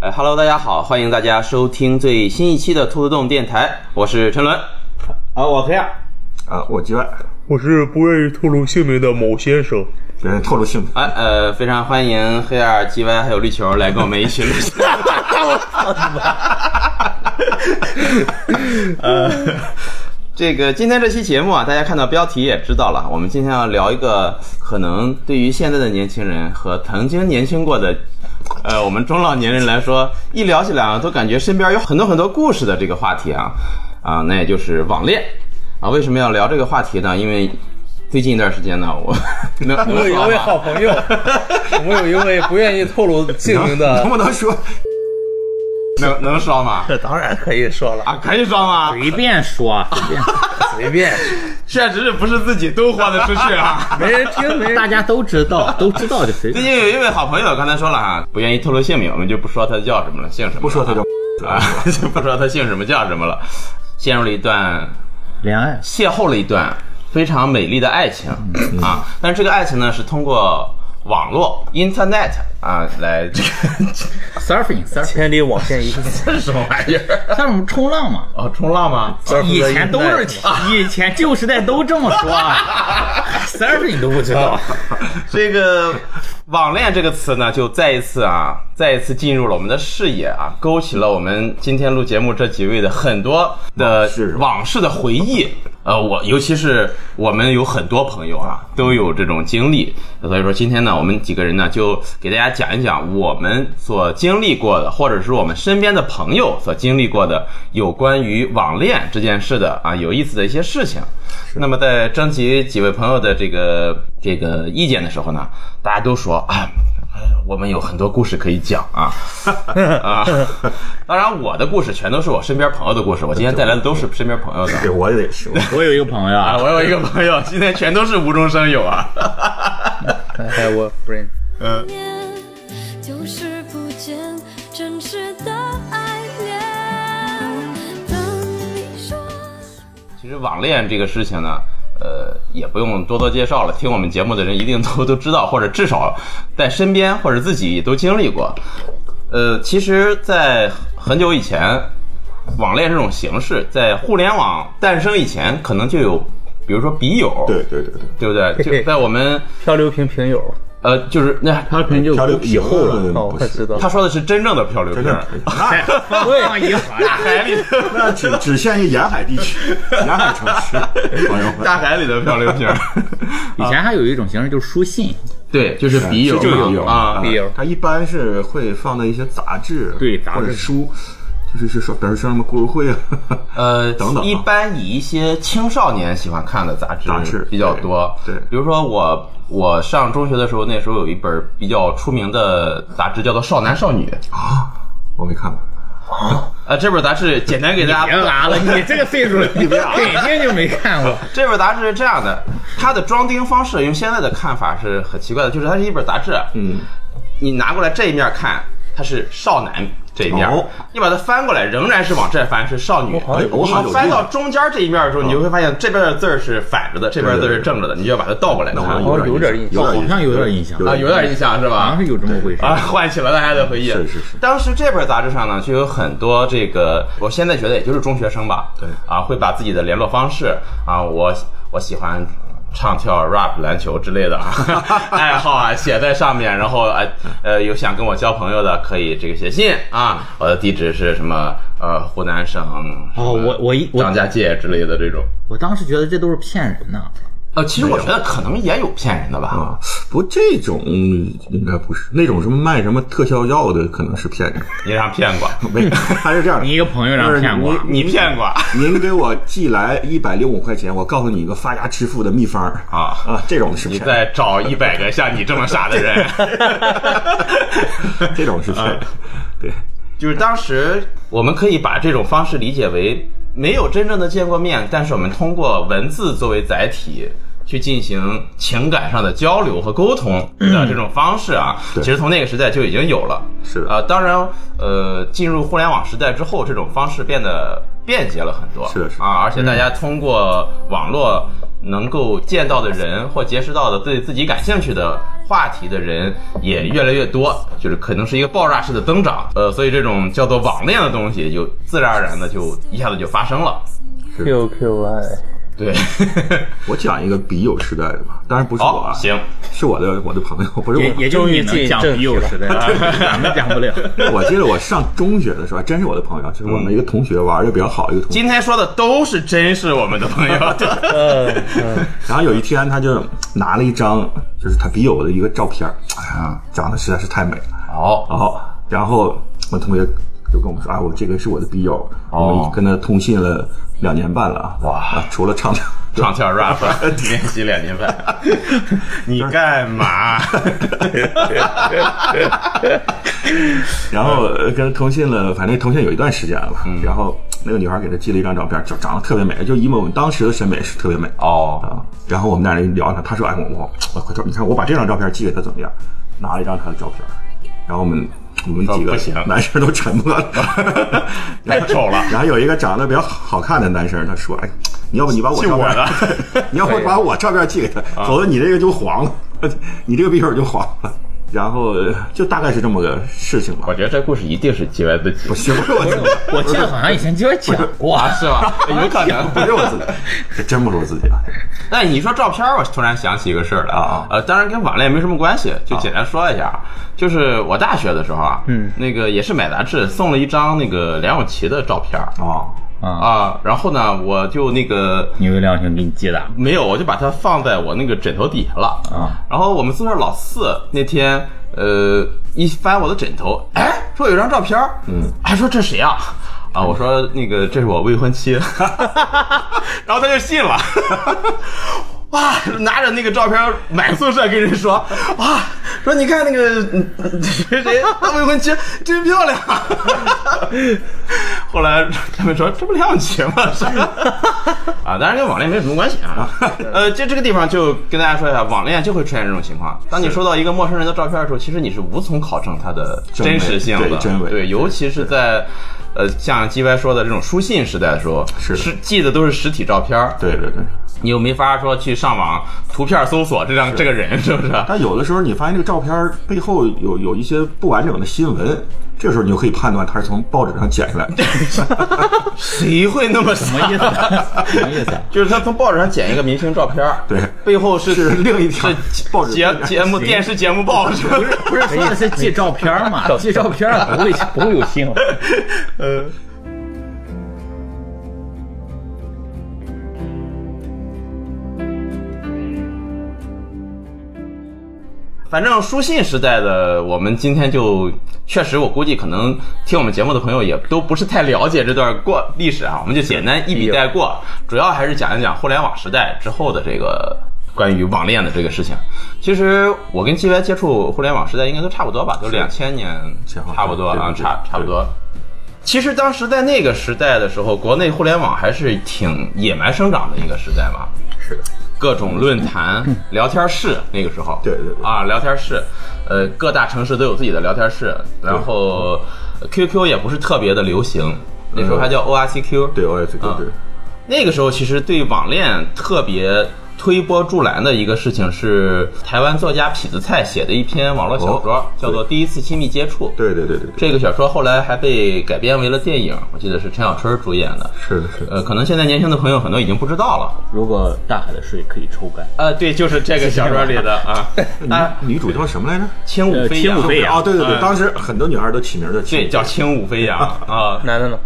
哎 Hello，大家好，欢迎大家收听最新一期的兔子洞电台，我是陈伦。啊，我黑暗，啊，我击败，我是不愿意透露姓名的某先生。别人透露姓名，哎，呃，非常欢迎黑二、G Y 还有绿球来跟我们一 起录。呃，这个今天这期节目啊，大家看到标题也知道了，我们今天要聊一个可能对于现在的年轻人和曾经年轻过的，呃，我们中老年人来说，一聊起来啊，都感觉身边有很多很多故事的这个话题啊，啊，那也就是网恋啊。为什么要聊这个话题呢？因为最近一段时间呢，我 能能 我有说一位吗好朋友，我们有一位不愿意透露姓名的啊能，不能说能能说吗？这当然可以说了，啊，可以说吗？随便说，随便，随便，？确实是不是自己都豁得出去 啊没人听，没人大家都知道，都知道就随最便。近有一位好朋友，刚才说了哈，不愿意透露姓名，我们就不说他叫什么了，姓什么，不说他就啊，就 不说他姓什么叫什么了，陷入了一段恋爱，邂逅了一段非常美丽的爱情嗯啊，但是这个爱情呢是通过网络 internet 啊来 这个 surfing surfing，千里网线一，这是什么玩意儿？像我们冲浪嘛，哦，冲浪吗？以前都是，以前旧时代都这么说啊 ，surfing 都不知 啊道。这个网恋这个词呢，就再一次啊，再一次进入了我们的视野啊，勾起了我们今天录节目这几位的很多的往事往事的回忆。呃，我尤其是我们有很多朋友啊，都有这种经历，所以说今天呢，我们几个人呢，就给大家讲一讲我们所经历过的，或者是我们身边的朋友所经历过的有关于网恋这件事的啊，有意思的一些事情。那么在征集几位朋友的这个这个意见的时候呢，大家都说啊。哎我们有很多故事可以讲啊啊！ 当然，我的故事全都是我身边朋友的故事，我今天带来的都是身边朋友的。对我也得说，我有一个朋友啊，啊，我有一个朋友，现在全都是无中生有啊。还有我 friend，念，就是不见真实的爱恋。等你说，其实网恋这个事情呢，呃，也不用多多介绍了，听我们节目的人一定都都知道，或者至少在身边或者自己也都经历过。呃，其实，在很久以前，网恋这种形式在互联网诞生以前，可能就有，比如说笔友，对对对对，对不对？就在我们漂流瓶瓶友，呃，就是那他可能就漂流以后了，哦，我不快是知道他了，说的是真正的漂流真瓶，的，那放一环，海里的那只只限于沿海地区， 沿海城市，朋 友大们，海里的漂流瓶。以前还有一种形式就是书信， 对，就是嗯笔友嘛，就有啊，笔友他一般是会放在一些杂志，对杂志或者书，就是是说，比如说什么故事会啊， 呃，等等啊一般以一些青少年喜欢看的杂志杂志比较多。对对比如说我我上中学的时候，那时候有一本比较出名的杂志叫做《少男少女》我没看过，啊，这本杂志简单给啊大别家拉了，你这个岁数，你肯定就没看过。这本杂志是这样的，它的装订方式用现在的看法是很奇怪的，就是它是一本杂志，啊嗯，你拿过来这一面看，它是少男这一面，哦你把它翻过来仍然是往这翻是少女，像有你我好像哦有翻印象到中间这一面的时候，你就会发现这边的字儿是反着的，这边的字儿是正着的，你就要把它倒过来那看。我好像有有点印印象，象好像有点印象啊，有点印象是好吧像是？有这么回事 啊，唤起了大家的回忆。是是是当时这本杂志上呢，就有很多这个，我现在觉得也就是中学生吧，对啊，会把自己的联络方式啊，我我喜欢。唱跳、rap、篮球之类的啊 爱好啊，写在上面。然后呃呃，有想跟我交朋友的，可以这个写信啊。我的地址是什么？呃，湖南省哦，我我一张我家界之类的这种。我当时觉得这都是骗人的，呃，其实我觉得可能也有嗯骗人的吧。啊，不，这种应该不是那种什么卖什么特效药的，可能是骗人。你让骗 过？没， 他是这样的，你一个朋友让就是骗过你你骗过？您给我寄来一百零五块钱，我告诉你一个发家致富的秘方儿啊啊，这种是你骗人，再找一百个像你这么傻的 人。 这种是骗啊人，对，就是当时我们可以把这种方式理解为没有真正的见过面，但是我们通过文字作为载体。去进行情感上的交流和沟通的这种方式啊，嗯对其实从那个时代就已经有了。是的啊、当然，呃，进入互联网时代之后，这种方式变得便捷了很多。是的是的啊，而且大家通过网络能够见到的人或结识到的对自己感兴趣的话题的人也越来越多，就是可能是一个爆炸式的增长。呃，所以这种叫做网恋的东西，就自然而然的就一下子就发生了。 QQI， 对，我讲一个笔友时代的吧，当然不是我好，啊，哦行， 是我的我的朋友，不是也我。也就终于你能进讲正笔友题了时代了，咱们讲不了。我记得我上中学的时候，还真是我的朋友，就是我嗯们一个同学玩的比较好一个同学。今天说的都是真是我们的朋 友。嗯嗯，然后有一天，他就拿了一张就是他笔友的一个照片儿，哎呀，长得实在是太美了。好，然后，然后我同学就跟我们说啊，我这个是我的笔友，我哦们跟他通信了两年半了啊。哇啊除了唱跳，唱跳 rap，练习两年 半，你干嘛？然后呃跟他通信了，反正通信有一段时间了吧。然后那个女孩给他寄了一张照片，就长得特别美，就以我们当时的审美是特别美哦，啊。然后我们俩人聊上，他说：“哎，我我我快点，你看我把这张照片寄给他怎么样？”拿了一张他的照片，然后我们我们几说个不行男生都沉默了。太丑了。 然后有一个长得比较好看的男生，他说：“哎，你要不你把我就照我片，的 你要不把我照片寄给他，否则你这个就黄了， 你这个笔友就黄了。”然后呃就大概是这么个事情吧我。觉得这故事一定是叽歪自己不是不是我自己，我记得好像以前就讲过，啊，是 吧？有可能。不是我自己，这真不是我自己啊！那你说照片儿，我突然想起一个事儿来啊呃，当然跟网恋没什么关系，就简单说一下，啊就是我大学的时候啊，嗯，那个也是买杂志送了一张那个梁咏琪的照片儿啊，啊，然后呢，我就那个你有良心给你寄的没有，我就把它放在我那个枕头底下了。啊，然后我们宿舍老四那天，呃，一翻我的枕头，哎，说有一张照片，嗯，还说这谁啊？啊，我说那个这是我未婚妻， 然后他就信了，哇，拿着那个照片满宿舍跟人说，哇，说你看那个嗯嗯谁谁他未婚妻真漂亮， 后来他们说这不梁咏琪吗？ 是啊，当然跟网恋没什么关系啊。呃，这这个地方就跟大家说一下，网恋就会出现这种情况。当你收到一个陌生人的照片的时候，其实你是无从考证它的真实性的，对真伪对，尤其是在。呃，像 G Y 说的这种书信时代的时候，是的是寄的都是实体照片儿，对对对。你又没法说去上网图片搜索这张这个人是不 是？但有的时候你发现这个照片背后有有一些不完整的新闻，这时候你就可以判断他是从报纸上剪下来的。 谁会那么什什么意思？什么意思？就是他从报纸上剪一个明星照片儿，对背后是是另一条是报纸节节目电视节目报是不是？不是说的是寄照片 嘛？寄照片不会 不会有新闻。反正书信时代的我们，今天就确实，我估计可能听我们节目的朋友也都不是太了解这段过历史啊，我们就简单一笔带过，主要还是讲一讲互联网时代之后的这个关于网恋的这个事情。其实我跟 G Y 接触互联网时代应该都差不多吧，都两千年前后差不多对啊，对差对差不多。其实当时在那个时代的时候，国内互联网还是挺野蛮生长的一个时代嘛。是的，嗯各种论坛、聊天室，那个时候，对对对啊，聊天室，呃，各大城市都有自己的聊天室，然后 QQ 也不是特别的流行，那时候还叫 ORCQ，嗯对，我也觉得啊对。那个时候其实对网恋特别推波助澜的一个事情是台湾作家痞子蔡写的一篇网络小说哦，叫做《第一次亲密接触》。对对对对对，这个小说后来还被改编为了电影，我记得是陈小春主演的。是的，是的。呃，可能现在年轻的朋友很多已经不知道了。如果大海的水可以抽干，呃，对，就是这个小说里的 啊，啊，女女主叫什么来着？轻舞呃飞轻扬，舞飞扬哦，对对对，嗯当时很多女孩都起名叫对，叫轻舞飞扬啊，男的呢？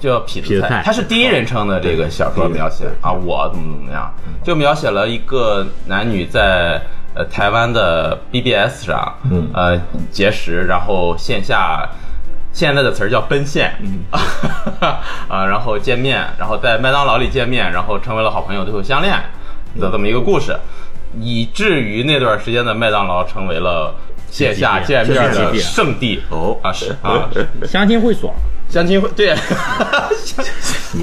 叫痞子痞子嗯蔡蔡，他是第一人称的这个小说描写啊，我怎么怎么样，就描写了一个男女在呃台湾的 BBS 上，嗯呃结识，然后线下。现在的词儿叫奔现，嗯 啊，然后见面，然后在麦当劳里见面，然后成为了好朋友，最后相恋嗯的这么一个故事，以至于那段时间的麦当劳成为了线下见面这是的基地圣地。哦啊是啊，是相亲会所， 相亲会对，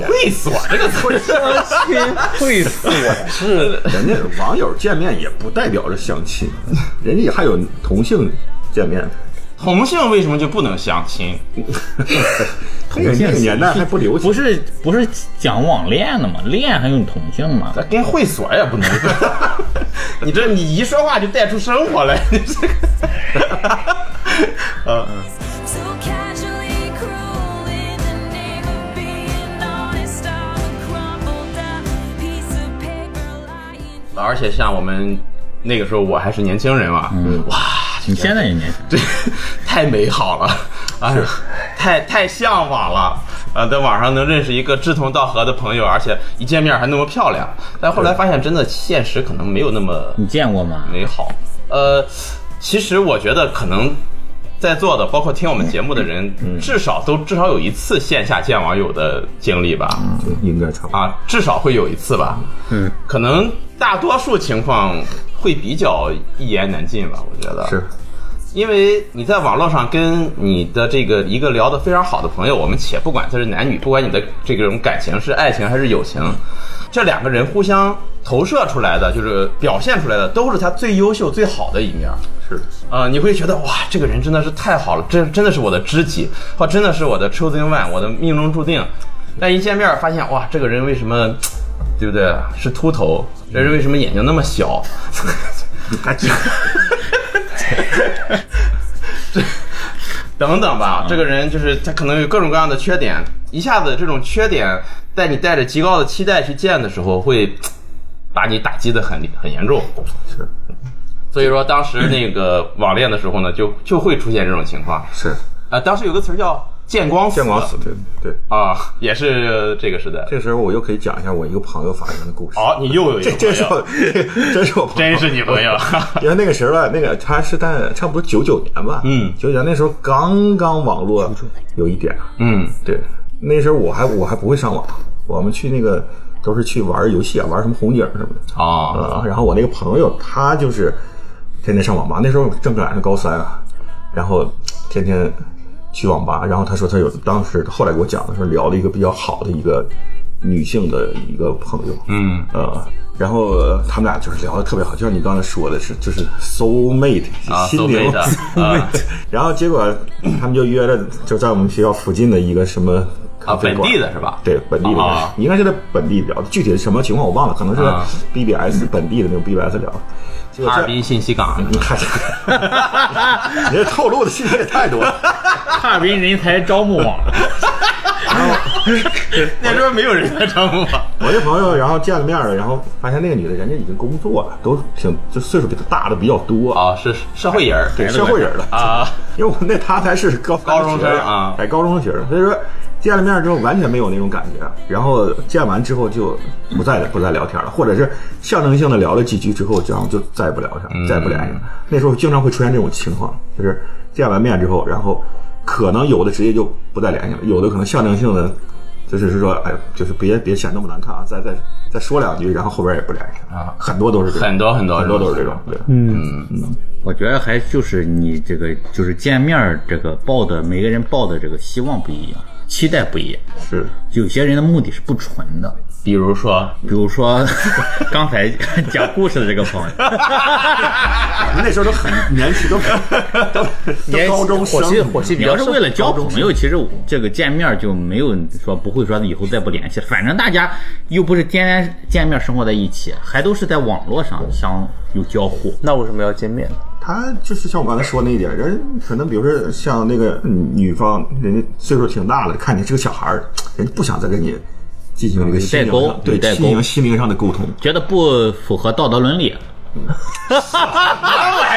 会所这个词 儿会死我是 人家网友见面也不代表着相亲，人家也还有同性见面，同性为什么就不能相亲？那个那个年代还不流行，不是不是讲网恋的嘛？恋还用同性嘛？咱跟会所也不能。你这你一说话就带出生活来，你这个，嗯。 So casually cruel in the name of being honest, I would crumble down piece of paper lying. 而且像我们那个时候我还是年轻人嘛，哇，嗯你现在也年轻，这太美好了，啊，太太向往了。啊，在网上能认识一个志同道合的朋友，而且一见面还那么漂亮。但后来发现，真的现实可能没有那么你见过吗？美好。呃，其实我觉得可能在座的，包括听我们节目的人，至少都至少有一次线下见网友的经历吧。就 应该差不多。啊，至少会有一次吧。嗯，可能大多数情况会比较一言难尽吧，我觉得是，因为你在网络上跟你的这个一个聊得非常好的朋友，我们且不管他是男女，不管你的这种感情是爱情还是友情，这两个人互相投射出来的，就是表现出来的，都是他最优秀、最好的一面。是的，啊、你会觉得哇，这个人真的是太好了，真真的是我的知己，或真的是我的 chosen one，我的命中注定。但一见面发现，哇，这个人为什么，对不对？是秃头，这人为什么眼睛那么小？你赶紧等等嗯吧，这个人就是他可能有各种各样的缺点，一下子这种缺点在你带着极高的期待去见的时候，会把你打击的很很严重。是嗯所以说当时那个网恋的时候呢，就就会出现这种情况。是，啊、当时有个词儿叫“见光死”，见光死，对对。啊，也是这个时代。这时候我又可以讲一下我一个朋友发生的故事。好、你又有一这个这朋是友，我，真是我朋友，哦真是你朋友，因为那个时候啊，那个他是在差不多九九年吧，嗯九九年那时候刚刚网络有一点儿， 嗯对，那时候我还我还不会上网，我们去那个都是去玩游戏啊，玩什么红警什么的啊，啊、然后我那个朋友他就是天天上网吧，那时候正赶上高三啊，然后天天去网吧，然后他说他有当时后来给我讲的时候聊了一个比较好的一个女性的一个朋友，嗯呃，然后呃他们俩就是聊的特别好，就像你刚才说的是，就是 soul mate，、啊，心都灵没的。啊然后结果他们就约了，就在我们学校附近的一个什么咖啊，啡本馆地的是吧？对本地的啊，应该是在本地聊的，具体是什么情况我忘了，可能是在啊 BBS 本地的那种 BBS 聊的。结果哈这尔 滨信息港，你看这，你这透露的信息也太多了。哈尔滨人才招募网，那时候没有人在招募吧？我这朋友，然后见了面了，然后发现那个女的，人家已经工作了，都挺就岁数比她大的比较多，啊，是社会人儿，对社会人了啊， 因为我们那他才是高高中生啊才高中学生，所以说见了面之后完全没有那种感觉，然后见完之后就不再不再聊天了，或者是象征性的聊了几句之后，然后就再也不聊天，嗯再也不联系了。那时候经常会出现这种情况，就是见完面之后，然后可能有的直接就不再联系了，有的可能象征性的。就是说，哎，就是别别显那么难看啊！再再再说两句，然后后边也不联系了啊很多都是这种，很多很多很多都是这这种种，对， 我觉得还就是你这个就是见面儿这个抱的每个人抱的这个希望不一样，期待不一样，是有些人的目的是不纯的，比如说，比如说 刚才讲故事的这个朋友， 我啊们那时候都很年轻，都都都高中生，啊火气火气比你要较是盛为了交朋友，其实我这个见面就没有说不会说以后再不联系了，反正大家又不是天天见面生活在一起，还都是在网络上相有交互。那为什么要见面？他就是像我刚才说那一点，人可能比如说像那个嗯女方，人家岁数挺大了，看你是个小孩儿，人家不想再跟你进行一个心灵代沟上对有代沟进行心灵上的沟通。觉得不符合道德伦理，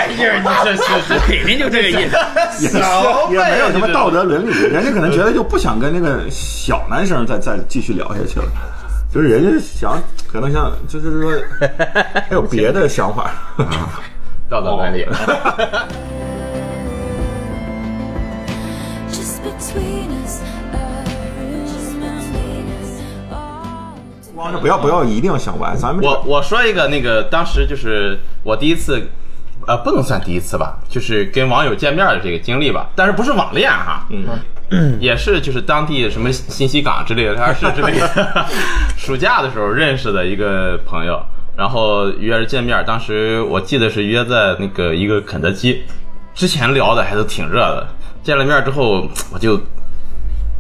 是是是，肯定就这个意思。也是也没有什么道德伦理，人家可能觉得就不想跟那个小男生再再继续聊下去了，就是人家想可能像就是说还有别的想法。 道德伦理。 Just between us, a room between us, all together. 光是不要不要一定要想歪，咱们我我说一个那个，当时就是我第一次，呃，不能算第一次吧，就是跟网友见面的这个经历吧，但是不是网恋哈，嗯，也是就是当地什么信息港之类的，还是之类的，暑假的时候认识的一个朋友，然后约着见面，当时我记得是约在那个一个肯德基，之前聊的还都挺热的，见了面之后我就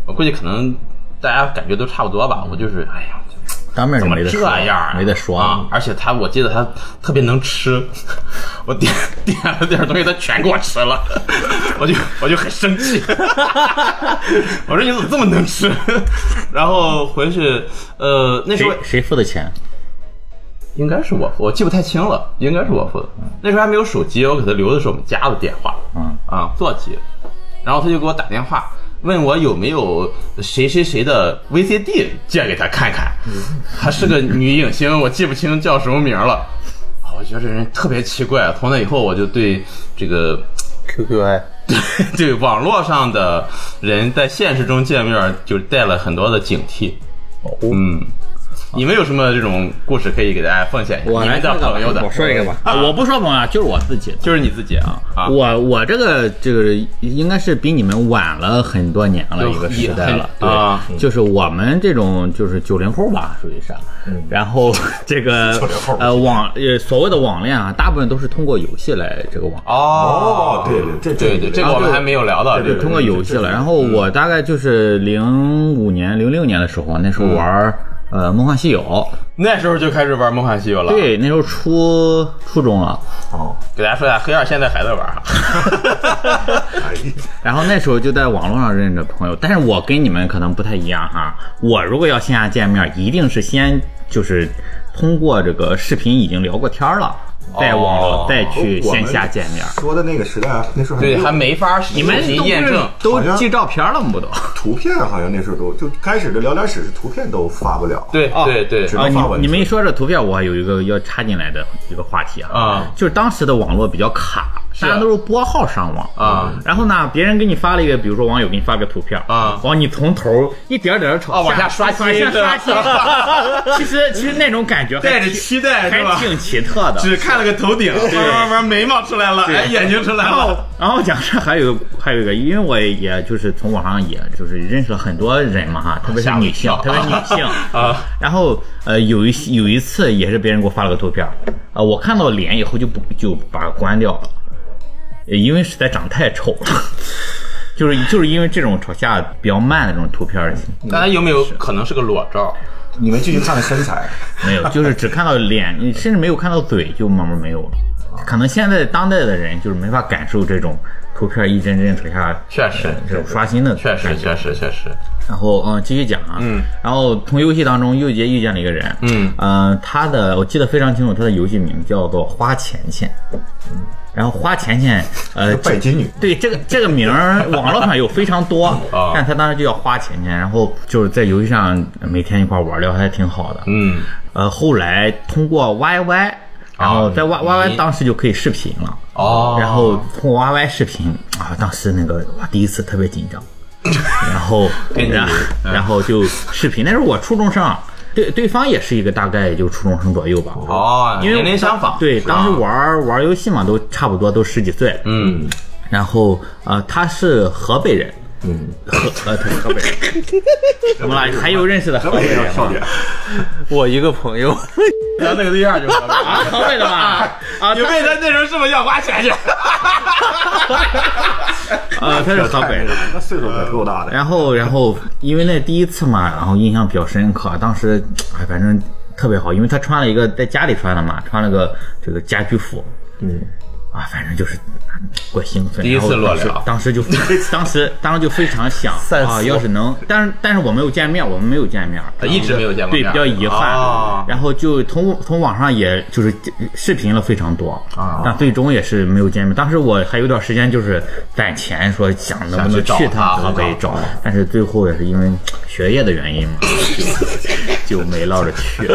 我估计可能大家感觉都差不多吧。我就是，哎呀，当面就怎么没得这说样啊？没得说啊！！而且他，我记得他特别能吃，我点点了点东西，他全给我吃了，我就我就很生 气，我说你怎么这么能吃？ 然后回去，呃，那时候谁谁付的钱？应该是我付，我记不太清了，应该是我付的。那时候还没有手机，我给他留的是我们家的电话，嗯啊，座机。然后他就给我打电话，问我有没有谁谁谁的 VCD 借给他看看。她是个女影星，我记不清叫什么名儿了。我觉得这人特别奇怪，啊从那以后我就对这个，QQ 爱， 对网络上的人在现实中见面就带了很多的警惕。嗯，你们有什么这种故事可以给大家奉献一下？我你来们的朋友的，我说一个吧，啊我不说朋友啊，就是我自己的。就是你自己啊啊，我我这个这个应该是比你们晚了很多年了有一个时代了，也很啊对，就是我们这种就是九零后吧，属于是。然后这个呃网呃所谓的网恋啊，大部分都是通过游戏来这个网。哦对对这对对，这个我们还没有聊到这对，个通过游戏了。然后我大概就是零五年、零六年的时候，那时候玩儿、呃《梦幻西游》，那时候就开始玩《梦幻西游》了。，对，那时候初初中了。哦，给大家说一下，黑二现在还在玩啊。然后那时候就在网络上认识的朋友，但是我跟你们可能不太一样哈。我如果要线下见面，一定是先就是通过这个视频已经聊过天儿了，再网络再去线下见面。哦说的那个时代，啊那时候还对，有还没法你你们都验证。都好像寄照片了吗？不都？图片，好像那时候都就开始的聊天室是图片都发不了。对对对，只啊，能发文字。你你们一说这图片，我还有一个要插进来的一个话题啊，啊就是当时的网络比较卡，大家都是拨号上网啊，然后呢，别人给你发了一个，比如说网友给你发个图片啊往你从头一点点朝啊往下刷往下新刷新是， 其实其实那种感觉还带着挺期待是吧还？挺奇特的，只看了个头顶，慢慢慢眉毛出来了，哎，眼睛出来然后了。，然后讲这还有一个还有一个，因为我也就是从网上也就是认识了很多人嘛哈，特别是啊吓我一女性跳，特别是女性 啊。然后呃，有一有一次也是别人给我发了个图片，啊，我看到脸以后就不就把它关掉了，因为实在长得太丑了。就是就是因为这种朝下比较慢的这种图片，大家有没有可能是个裸照？你们继续看看身 材，没有，就是只看到脸，你甚至没有看到嘴，就慢慢没有了。可能现在当代的人就是没法感受这种图片一帧帧朝下确实，这种刷新的确实，感觉确实，确实。然后嗯，继续讲啊，嗯，然后从游戏当中，佑杰遇见了一个人，嗯呃，他的我记得非常清楚，他的游戏名叫做花钱钱，嗯，然后花钱钱，呃，拜金女。对这个这个名儿，网络上有非常多，啊但他当时就叫花钱钱，然后就是在游戏上每天一块玩，聊得还挺好的，嗯，呃，后来通过 YY，然后在 Y Y Y 当时就可以视频了。哦然后通过 YY 视频啊，当时那个哇，第一次特别 紧张，然后跟你嗯然然后就视频，那时候我初中生啊，对对方也是一个大概也就初中生左右吧。哦，因为年龄相仿，对，是吧 当时玩玩游戏嘛，都差不多都十几岁。嗯，然后呃，他是河北人，嗯，河呃，他是河北人， 怎么了？还有认识的河北人吗？笑 点，我一个朋友，咱那个对象就是河北人啊，河北的吗？啊，你问他那时候是不是要花钱 去？呃，他是河北人。那岁数可够大的。然后，然后因为那第一次嘛，然后印象比较深刻。当时，哎，反正特别好，因为他穿了一个在家里穿的嘛，穿了个这个家居服。嗯。啊，反正就是怪兴奋。第一次啊裸聊然后当时当时就当时当时就非常想散啊，俗要是能，但是但是我没有见面，我们没有见面，一直没有见过对，面比较遗憾。哦然后就从从网上也就是视频了非常多啊但最终也是没有见面。当时我还有段时间就是攒钱，说想能不能想去去找趟他河北找，但是最后也是因为学业的原因嘛，就就没落着 去。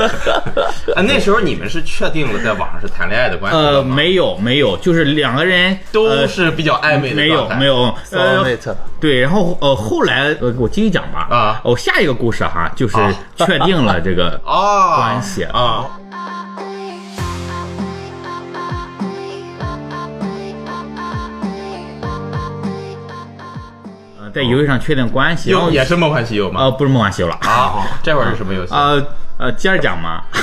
啊，那时候你们是确定了在网上是谈恋爱的关系呃，了吗没有没有，就是两个人都呃是比较暧昧的没有状态没有，呃， Soulmate 对，然后呃，后来呃，我继续讲吧啊哦，下一个故事哈，就是啊确定了这个哦关系啊，呃在游戏上确定关系，然后呃有也是梦幻西游吗？呃，不是梦幻西游了啊，这会儿是什么游戏？呃呃，接着讲嘛。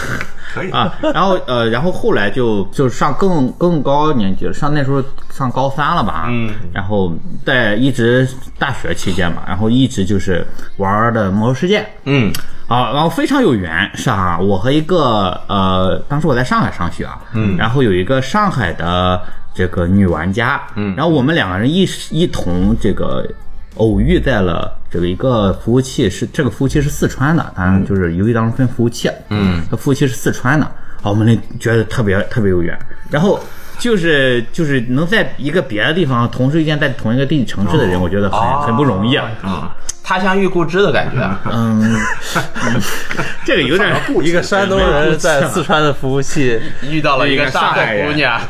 可以啊，然后呃，然后后来就就上更更高年级了，上那时候上高三了吧，嗯，然后在一直大学期间嘛，然后一直就是玩的魔兽世界，嗯啊，然后非常有缘，上我和一个呃，当时我在上海上学啊，嗯，然后有一个上海的这个女玩家，嗯，然后我们两个人一一同这个偶遇在了这个一个服务器是这个服务器是四川的，当然就是游戏当中分服务器，嗯，这服务器是四川的，啊，我们那觉得特别特别有缘，然后。就是就是能在一个别的地方同时遇见在同一个地理城市的人，我觉得很、很不容易啊。嗯他乡遇故知的感觉。啊 嗯，这个有点一个山东人在四川的服务器， 遇到了一个上啊上海海人姑娘，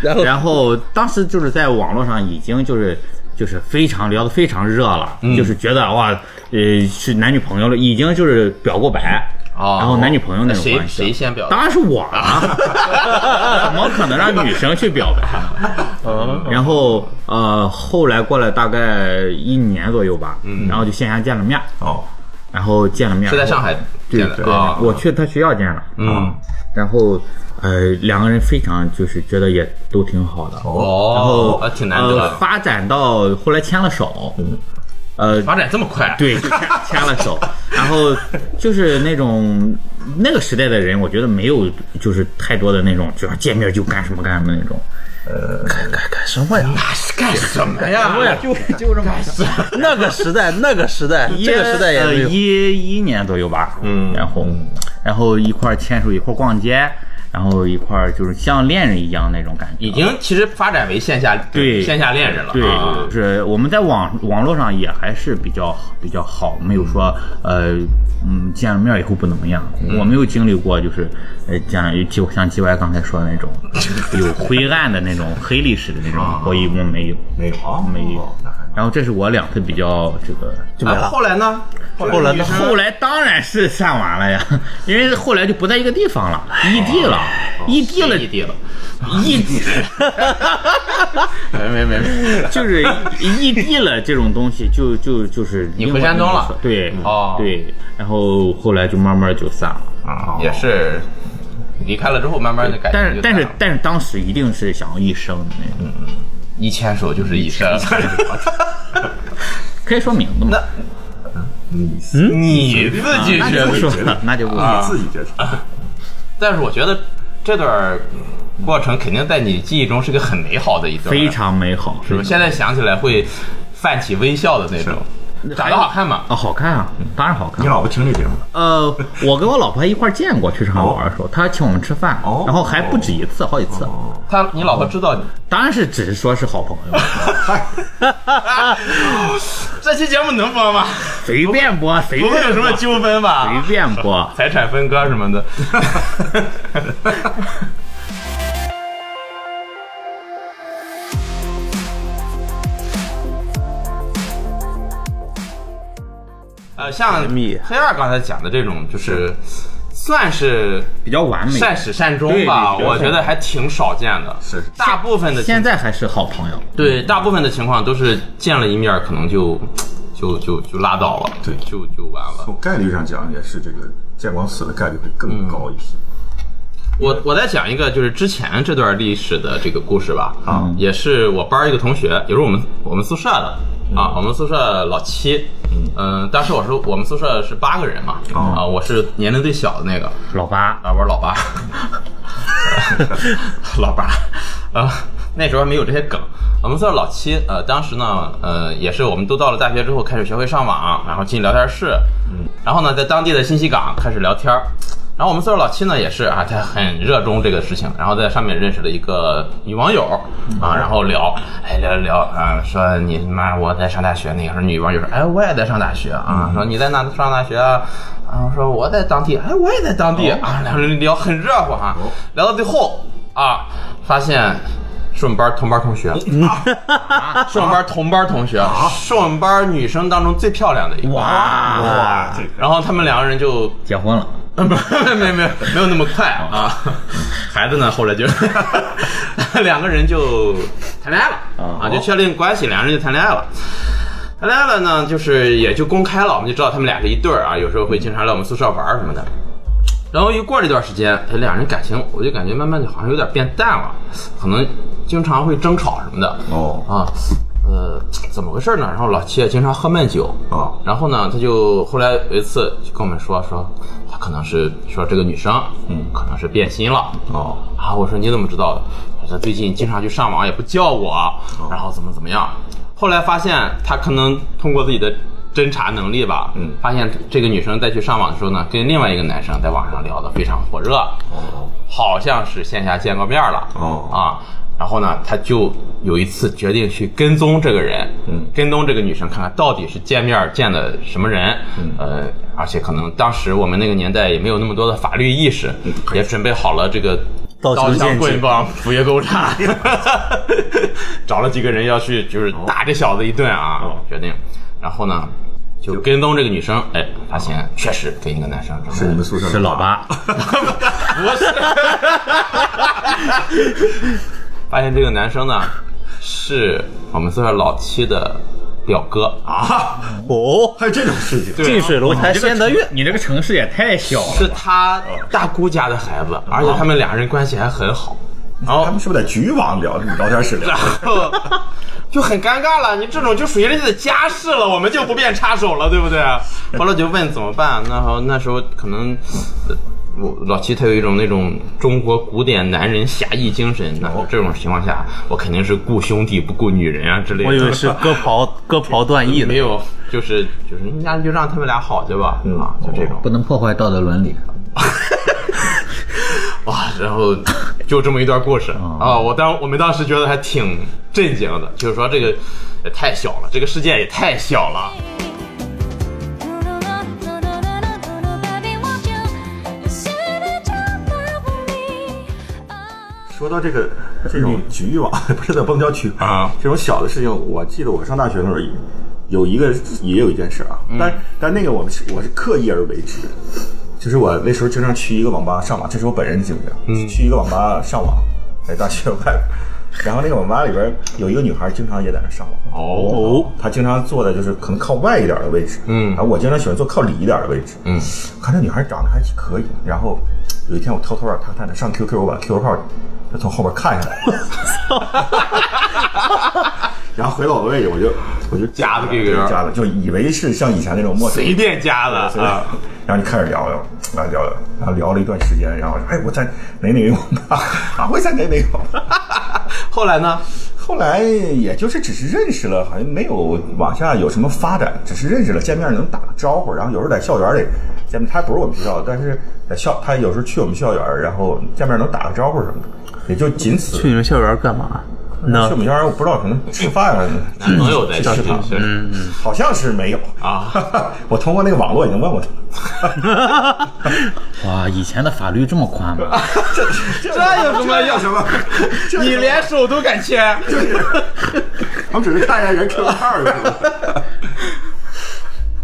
然 后然后当时就是在网络上已经就是就是非常聊得非常热了，嗯就是觉得哇，呃，是男女朋友了，已经就是表过白。哦然后男女朋友那种谁关系，谁先表白当然是 我了，怎么可能让女生去表白？ 哦然后呃，后来过了大概一年左右吧，然后就线下见了面，哦，然后见了面嗯 是在上海对见对，的啊。我去他学校见了，啊嗯，然后呃，两个人非常就是觉得也都挺好的，然后哦，啊，挺难得呃，的，嗯发展到后来牵了手，呃，发展这么快，对，就牵牵了 手，然后就是那种那个时代的人，我觉得没有就是太多的那种，只要见面就干什么干什么那种。什么呀？那是干什么呀？就就这么那个时代，那个时哎代，一这个时代也呃没有。一一年左右吧，嗯然后然后一块儿牵手，一块儿逛街，然后一块儿就是像恋人一样那种感觉，已经其实发展为线下对线下恋人了，对，啊就是我们在网网络上也还是比较比较好，没有说呃嗯见了面以后不怎么样。嗯我没有经历过就是呃见了就像 G Y 刚才说的那 种有灰暗的那种黑历史的那种，啊我一我哦没有。没有啊，没有哦那还然后这是我两次比较这个，啊后来呢？后来女生后来当然是散完了呀，因为后来就不在一个地方了，异地了，异地了，哦异地了，异地，没没没没， 就是异地了这种东西，就就就是你回山东了对，哦对，然后后来就慢慢就散了。啊也是离开了之后，慢慢的感觉就淡但是了，但是但是当时一定是想要一生的那种，一牵手就是一生。可以说名字吗？ 你自 己那觉就得不？说了，那就不说啊了。自己接触，但是我觉得这段过程肯定在你记忆中是个很美好的一段，非常美好，是吧？现在想起来会泛起微笑的那种。长得好看吗？啊，好看啊，当然好看你。老婆听这节目，呃，我跟我老婆还一块儿见过，去上海玩的时候，她请我们吃饭，哦然后还不止一次，好几次。哦他，你老婆知道你？当然是只是说是好朋 友，这期节目能播吗？随便播，随哦 不会有便什 么播，纠纷吧？随便播。财产分割什么的。 呃，像蜜黑二刚才讲的这种，就是算是比较完美。善始善终对吧，比较我觉得还挺少见的。是是大部分的情现在还是好朋友，对大部分的情况都是见了一面，可能就就就就拉倒了，对就就完了。从概率上讲也是这个见光死的概率会更高一些。我我再讲一个，就是之前这段历史的这个故事吧，啊、也是我班儿一个同学，也是我们我们宿舍的、啊，我们宿舍老七，嗯、当时我是我们宿舍是八个人嘛，啊，我是年龄最小的那个，老八啊，我是老 八，老八，啊，那时候还没有这些梗。我们宿舍老七，呃，当时呢，呃，也是我们都到了大学之后，开始学会上网，然后进聊天室，嗯，然后呢，在当地的信息港开始聊天儿。然后我们宿舍老七呢，也是啊，他很热衷这个事情，然后在上面认识了一个女网友啊，然后聊，哎，聊聊聊啊，说你妈我在上大学那个时候，女网友说，哎，我也在上大学啊，说你在哪上大学啊？啊，我说我在当地，哎，我也在当地啊，两人聊很热乎哈、聊到最后啊，发现是我们班同班同学，啊是我们班同班同学，是我们班女生当中最漂亮的一个。哇，哇，嗯啊这然后他们两个人就 结婚了，没没没有没有那么快啊， 孩子呢后来就 两个人就谈恋爱了啊，就确定关系，两个人就谈恋爱了。谈恋爱了呢，就是也就公开了，我们就知道他们俩是一对儿啊，有时候会经常来我们宿舍玩儿什么的。然后又过了一段时间，这俩人感情，我就感觉慢慢就好像有点变淡了，可能经常会争吵什么的。哦啊，呃，怎么回事呢？然后老七也经常喝闷酒啊然后呢，他就后来有一次就跟我们说说，他可能是说这个女生，嗯，可能是变心了。哦，啊，我说你怎么知道的？他说最近经常去上网，也不叫我，然后怎么怎么样。后来发现他可能通过自己的侦查能力吧，嗯发现这个女生再去上网的时候呢，跟另外一个男生在网上聊得非常火热，好像是线下见过面了，哦啊，然后呢，他就有一次决定去跟踪这个人，嗯跟踪这个女生，看看到底是见面见的什么人，嗯，呃，而且可能当时我们那个年代也没有那么多的法律意识，嗯也准备好了这个刀枪剑枪戟棍棒、斧钺钩叉， 找了几个人要去就是哦打这小子一顿啊，决定，然后呢。就跟踪这个女生，哎，发现确实跟一个男生正在是你们宿舍是老八， 不是， 发现这个男生呢，是我们宿舍老七的表哥啊，哦，还有这种事情？近水楼台这个先得月，你这个城市也太小是了吧。他大姑家的孩子，而且他们俩人关系还很好，然后他们是不是在局网聊聊天 室聊？ 就很尴尬了。你这种就属于人家的家事了，我们就不便插手了，对不对？后来就问怎么办，然后那时候可能。呃我老七他有一种那种中国古典男人侠义精神，然后这种情况下，我肯定是顾兄弟不顾女人啊之类的。我以为是割袍割袍断义没呢，有，就是就是，人家就让他们俩好去吧，啊，就这种不能破坏道德伦理。哇，然后就这么一段故事啊，我当我们当时觉得还挺震惊的，就是说这个也太小了，这个世界也太小了。说到这个这种局域网， 不是在蹦叫局啊这种小的事情，我记得我上大学的时候有一个也有一件事啊，但但那个我们是我是刻意而为之，就是我那时候经常去一个网吧上网，这是我本人经历啊，去一个网吧上网，在大学外 边。然后那个网吧里边有一个女孩，经常也在那上网。哦，她经常坐的就是可能靠外一点的位置，嗯啊，我经常喜欢坐靠里一点的位置，嗯，看这女孩长得还可以，然后有一天我偷偷的，她在那上 QQ，我把 QQ 号她从后面看下 来了，然后回到我位置，我就我就加了这 QQ 加了，就以为是像以前那种陌生随便加的 随便啊，然后就开始聊聊，啊聊聊，然后聊了一段时间，然后我说，哎，我在哪哪个网吧， 啊，我在哪哪个网吧。后来呢？后来也就是只是认识了，好像没有往下有什么发展，只是认识了，见面能打个招呼，然后有时候在校园里见面，他不是我们学校的，但是在校他有时候去我们校园，然后见面能打个招呼什么的，也就仅此。去你们校园干嘛？那去我们校园我不知道可能吃饭啊，男朋友在一起去食堂，嗯好像是没有啊。 我通过那个网络已经问过他了，哇，以前的法律这么宽吗？ 这有什 么要要？什么？你连手都敢牵？我们只是看一下人 QQ 号儿就是了，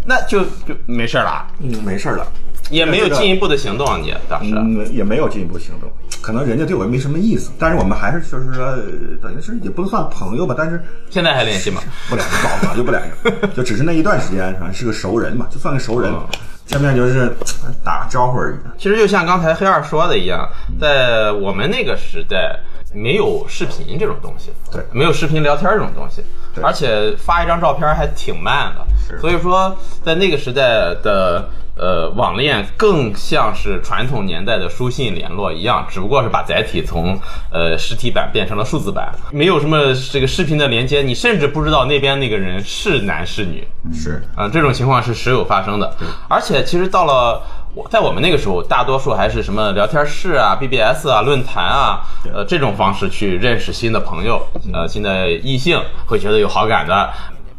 那就就没事了，啊嗯，没事儿了。也没有进一步的行动啊，你当时嗯，也没有进一步行动，可能人家对我也没什么意思，但是我们还是就是说，呃等于是也不能算朋友吧，但是现在还联系吗？不联系，早早就不联系了，就只是那一段时间，反正是个熟人嘛，就算个熟人，哦 见面就是呃打个招呼而已。其实就像刚才黑二说的一样，在我们那个时代，没有视频这种东西，对没有视频聊天这种东西，对而且发一张照片还挺慢的，所以说在那个时代的呃网恋更像是传统年代的书信联络一样，只不过是把载体从呃实体版变成了数字版，没有什么这个视频的连接，你甚至不知道那边那个人是男是女，是，啊、这种情况是时有发生的。而且其实到了我在我们那个时候，大多数还是什么聊天室啊、BBS 啊、论坛啊，呃这种方式去认识新的朋友，呃新的异性，会觉得有好感的，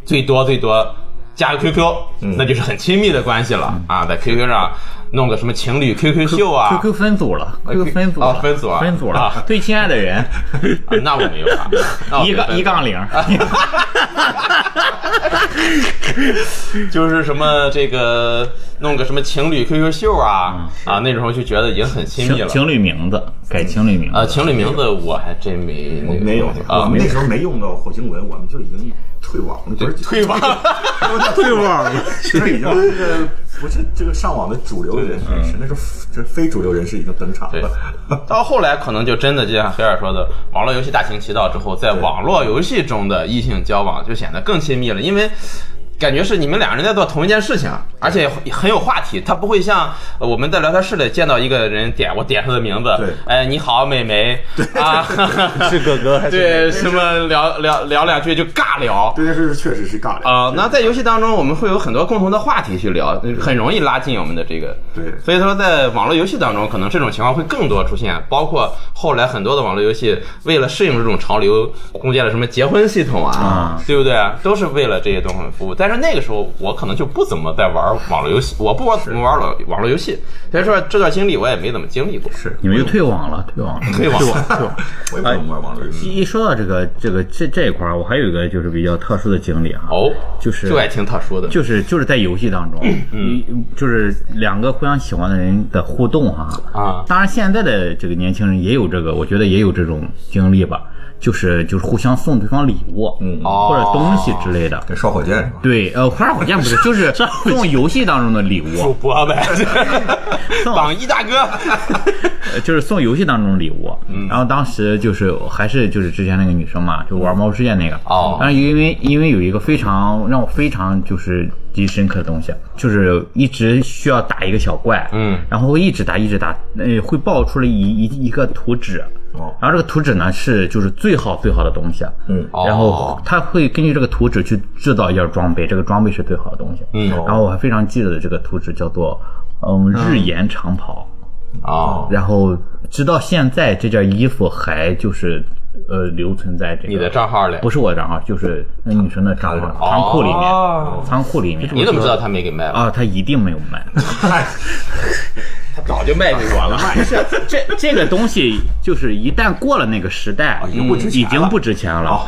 最多最多加个 QQ，、那嗯就是很亲密的关系了、啊，在 QQ 上弄个什么情侣 QQ 秀啊。 QQ 分组了呃，QQ 分组啊了，分组啊分组了啊。对亲爱的人， 啊那我没有啊，那我没一有杠一杠零，就是什么这个弄个什么情侣 QQ 秀啊、啊那种，就觉得已经很亲密嗯情了。情侣名字改情侣名字啊，情侣名字我还真没那个没有，啊，我们没那有时候没用到火星文，我们就已经退网了，不是退网了。 退网了，其实已经这个不是这个上网的主流人士，那时候这非主流人士已经登场嗯对了。到后来可能就真的就像黑尔说的，网络游戏大行其道之后，在网络游戏中的异性交往就显得更亲密了，因为。感觉是你们两人在做同一件事情，啊而且很有话题。他不会像呃我们在聊天室里见到一个人点我点他的名字，对哎，你好，美眉，啊， 是哥哥还是对，什么聊聊聊两句就尬聊， 这件事确实是尬聊啊、那在游戏当中，我们会有很多共同的话题去聊，很容易拉近我们的这个。对所以说在网络游戏当中，可能这种情况会更多出现。包括后来很多的网络游戏，为了适应这种潮流，共建了什么结婚系统啊，对不对？都是为了这些东西服务。但是那个时候，我可能就不怎么在玩网络游戏，我不玩怎么玩网网络游戏，所以说这段经历我也没怎么经历过。是你们就退网了，退网了，退网退网。我也哎不能玩网络游戏。一一说到这个这个这这一块儿，我还有一个就是比较特殊的经历啊，哦，就是就爱听他说的，就是就是在游戏当中，嗯，就是两个互相喜欢的人的互动哈、 啊当然现在的这个年轻人也有这个，我觉得也有这种经历吧，就是就是互相送对方礼物，嗯或者东西之类的。跟烧火箭是吧？对，呃，花火箭不是， 就是送游戏当中的礼主物，播呗，榜一大哥。呃就是送游戏当中的礼物。嗯然后当时就是还是就是之前那个女生嘛，就玩《魔兽世界》那个。哦但是因为因为有一个非常让我非常就是记忆深刻的东西，啊就是一直需要打一个小怪，嗯然后会一直打一直打，呃，会爆出了一一一个图纸。哦然后这个图纸呢是就是最好最好的东西，啊嗯哦 然后他会根据这个图纸去制造一件装备，这个装备是最好的东西，嗯然后我还非常记得这个图纸叫做嗯日炎长袍，哦，然后直到现在，这件衣服还就是呃留存在这个你的账号嘞？不是我的账号，就是那女生的账号，仓库里哦面，仓库里面。你怎么知道他没给卖了？啊？他一定没有卖。他早就卖给我了。 这这个东西就是一旦过了那个时代，哦已经不值钱了。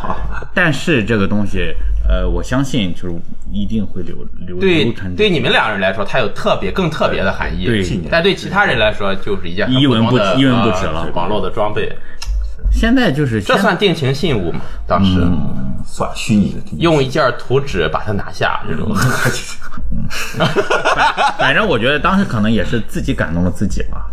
但是这个东西，呃，我相信就是一定会留留对流传。，对你们两人来说，它有特别更特别的含义。对但对其他人来说，就是一件很一文普通的不一文不值了嗯呃网络的装备，现在就是这现算定情信物吗？当时嗯算虚拟的，用一件图纸把它拿下，这种 反正我觉得当时可能也是自己感动了自己吧。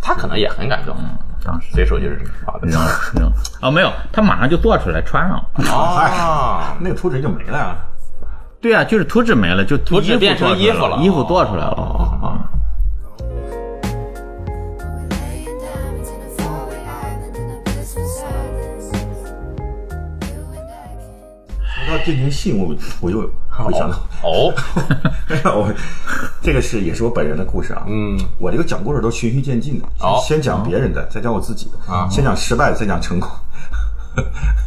他可能也很感动，嗯 当时随手就是好的。扔了扔了啊，没有，他马上就做出来穿上了。 哦，那个图纸就没了啊呀。对啊，就是图纸没了，就图纸衣服变成做出衣来服了衣服做出来了。哦说到定情信物，我又回想到，哦， 我这个是也是我本人的故事啊。嗯，我这个讲故事都循序渐进的，先哦先讲别人的，再讲我自己的，先讲失败，再讲成功。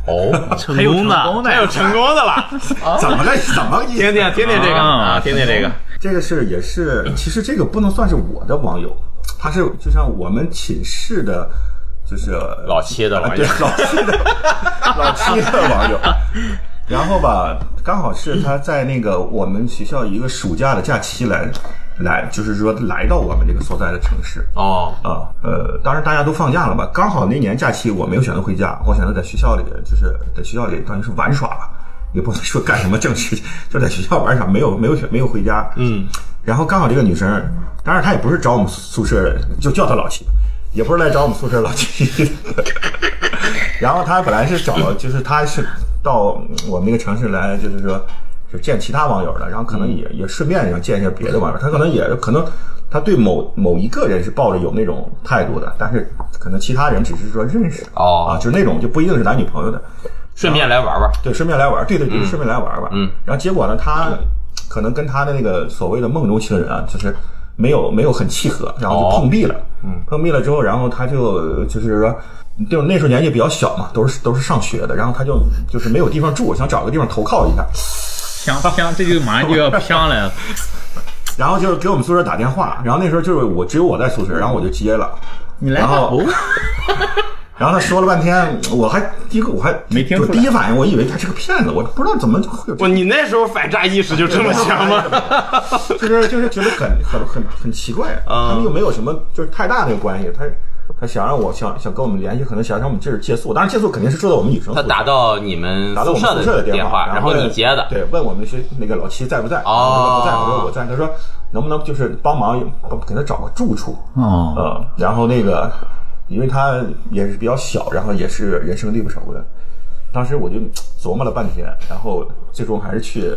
还有 成功哦 还有成功的了，怎么了？怎么一？听听听听这个啊啊，听听这个，这个事也是，其实这个不能算是我的网友，他是就像我们寝室的，就是啊老七的网对友，老七的 老七的网友。然后吧，刚好是他在那个我们学校一个暑假的假期来来，就是说来到我们这个所在的城市哦，啊，呃，当然大家都放假了吧？刚好那年假期我没有选择回家，我选择在学校里，就是在学校里等于是玩耍吧，也不能说干什么正事，就在学校玩耍，没有没有选没有回家。嗯，然后刚好这个女生，当然她也不是找我们宿舍的，就叫她老七吧，也不是来找我们宿舍老七。然后她本来是找，就是她是到我们那个城市来，就是说。就见其他网友的，然后可能也、也顺便然后见一下别的网友，他可能也可能他对某某一个人是抱着有那种态度的，但是可能其他人只是说认识哦啊，就是那种就不一定是男女朋友的，顺便来玩玩，对，顺便来玩儿，对对，就是顺便来玩儿吧。嗯，然后结果呢，他可能跟他的那个所谓的梦中情人啊，就是没有没有很契合，然后就碰壁了。嗯，碰壁了之后，然后他就就是说，就那时候年纪比较小嘛，都是都是上学的，然后他就就是没有地方住，想找个地方投靠一下。香香，这就马上就要香了。然后就是给我们宿舍哦打电话，然后那时候就是我只有我在宿舍，然后我就接了。你来然吧后， 然后他说了半天，我还第一个我还没听出我来第一反应我以为他是个骗子，我不知道怎么会有这不，你那时候反诈意识就这么强吗？ 就是就是觉得很很很很奇怪，啊啊他们又没有什么就是太大那个关系，他他想让我想想跟我们联系，可能想让我们这是借宿，当然借宿肯定是住在我们女生 宿他舍，打到你们打到宿我舍们宿舍的电话，然后问你接的，对，问我们是那个老七在不在？哦我说不在，我说我在，他说能不能就是帮忙帮给他找个住处？ 哦，嗯，然后那个，因为他也是比较小，然后也是人生地不熟的，当时我就琢磨了半天，然后最终还是去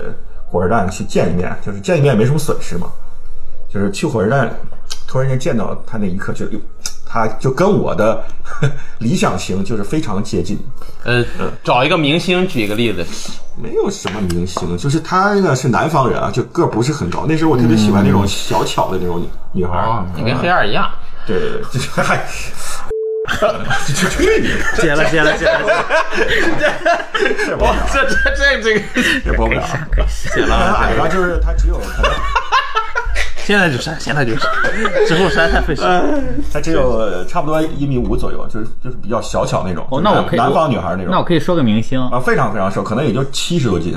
火车站去见一面，就是见一面也没什么损失嘛，就是去火车站，突然间见到他那一刻就，就他就跟我的 理想型就是非常接近，呃，找一个明星举一个例子，没有什么明星，就是她那个是南方人啊，就个儿不是很高。那时候我特别喜欢那种小巧的那种女女孩儿，嗯哦你跟黑二一样，对对对，就是 嗨，就去你的，接了接了接了，这我 这这这这个也播不 了。 矮了就是她只有可能现在就删，现在就删，之后删太费事。她只有差不多一米五左右，就是就是比较小巧那种。哦，那我可以南方女孩儿那种。那我可以说哦个明星，啊，非常非常瘦，可能也就七十多斤，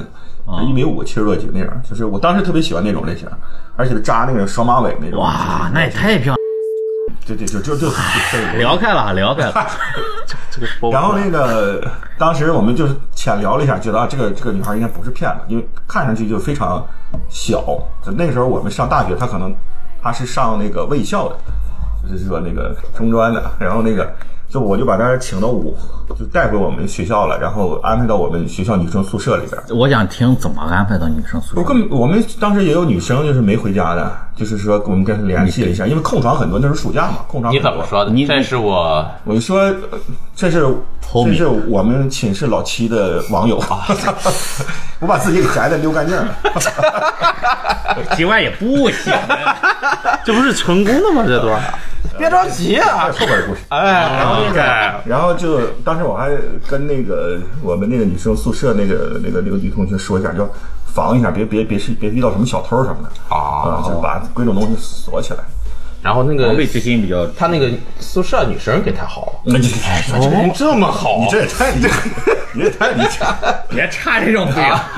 一米五七十多斤那样。就是我当时特别喜欢那种类型，而且扎那个双马尾那种。哇，那也太漂就！对对，就就就就亮，聊开了，啊聊开了，这个哦播不然后出来那个， 当时我们就是浅聊了一下，觉得啊，这个这个女孩应该不是骗子，因为看上去就非常小。就那个时候我们上大学，她可能她是上那个卫校的，就是说那个中专的。然后那个，就我就把她请到我，就带回我们学校了，然后安排到我们学校女生宿舍里边。 我想听怎么安排到女生宿我舍。跟我们当时也有女生就是没回家的，就是说我们跟她联系了一下，因为空床很多，那时候暑假嘛，空床你很多怎么说的？你这是我我就说，呃这是这米是我们寝室老七的网友， 我把自己给摘的溜干净了。几万也不行，这不是成功的吗？这都别着急啊，后边的故事，哎，OK，啊然后就当时我还跟那个我们那个女生宿舍那个那个那个女同学说一下，就防一下，别别别是别遇到什么小偷什么的啊，就把各种东西锁起来。然后那防个备之心比较。他那个宿舍女生给他好，那你人这么好，哎哦你这也太厉害，你也太厉害。别插这种嘴啊！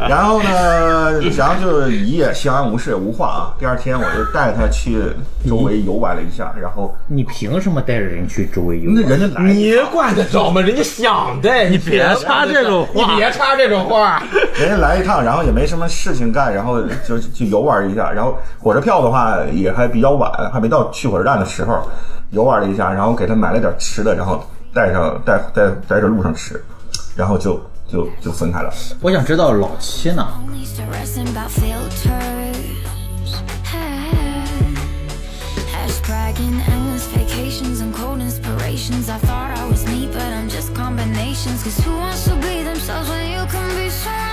然后呢，然后就一夜相安无事无话啊。第二天我就带她去周围游玩了一下，然后你凭什么带着人去周围游？那人家来，你管得着吗？人家想的，你别插这种话你别插这种话。 人家来一趟，然后也没什么事情干，然后就去游玩一下。然后火车票的话也还比较晚，还没到去火车站的时候，游玩了一下，然后给他买了点吃的，然后带上带带带着路上吃，然后就就就分开了。我想知道老七呢？ Only stressing about filters. Hash bragging, endless vacations, and cold inspirations. I thought I was me, but I'm just combinations. Cause who wants to be themselves when you can be someone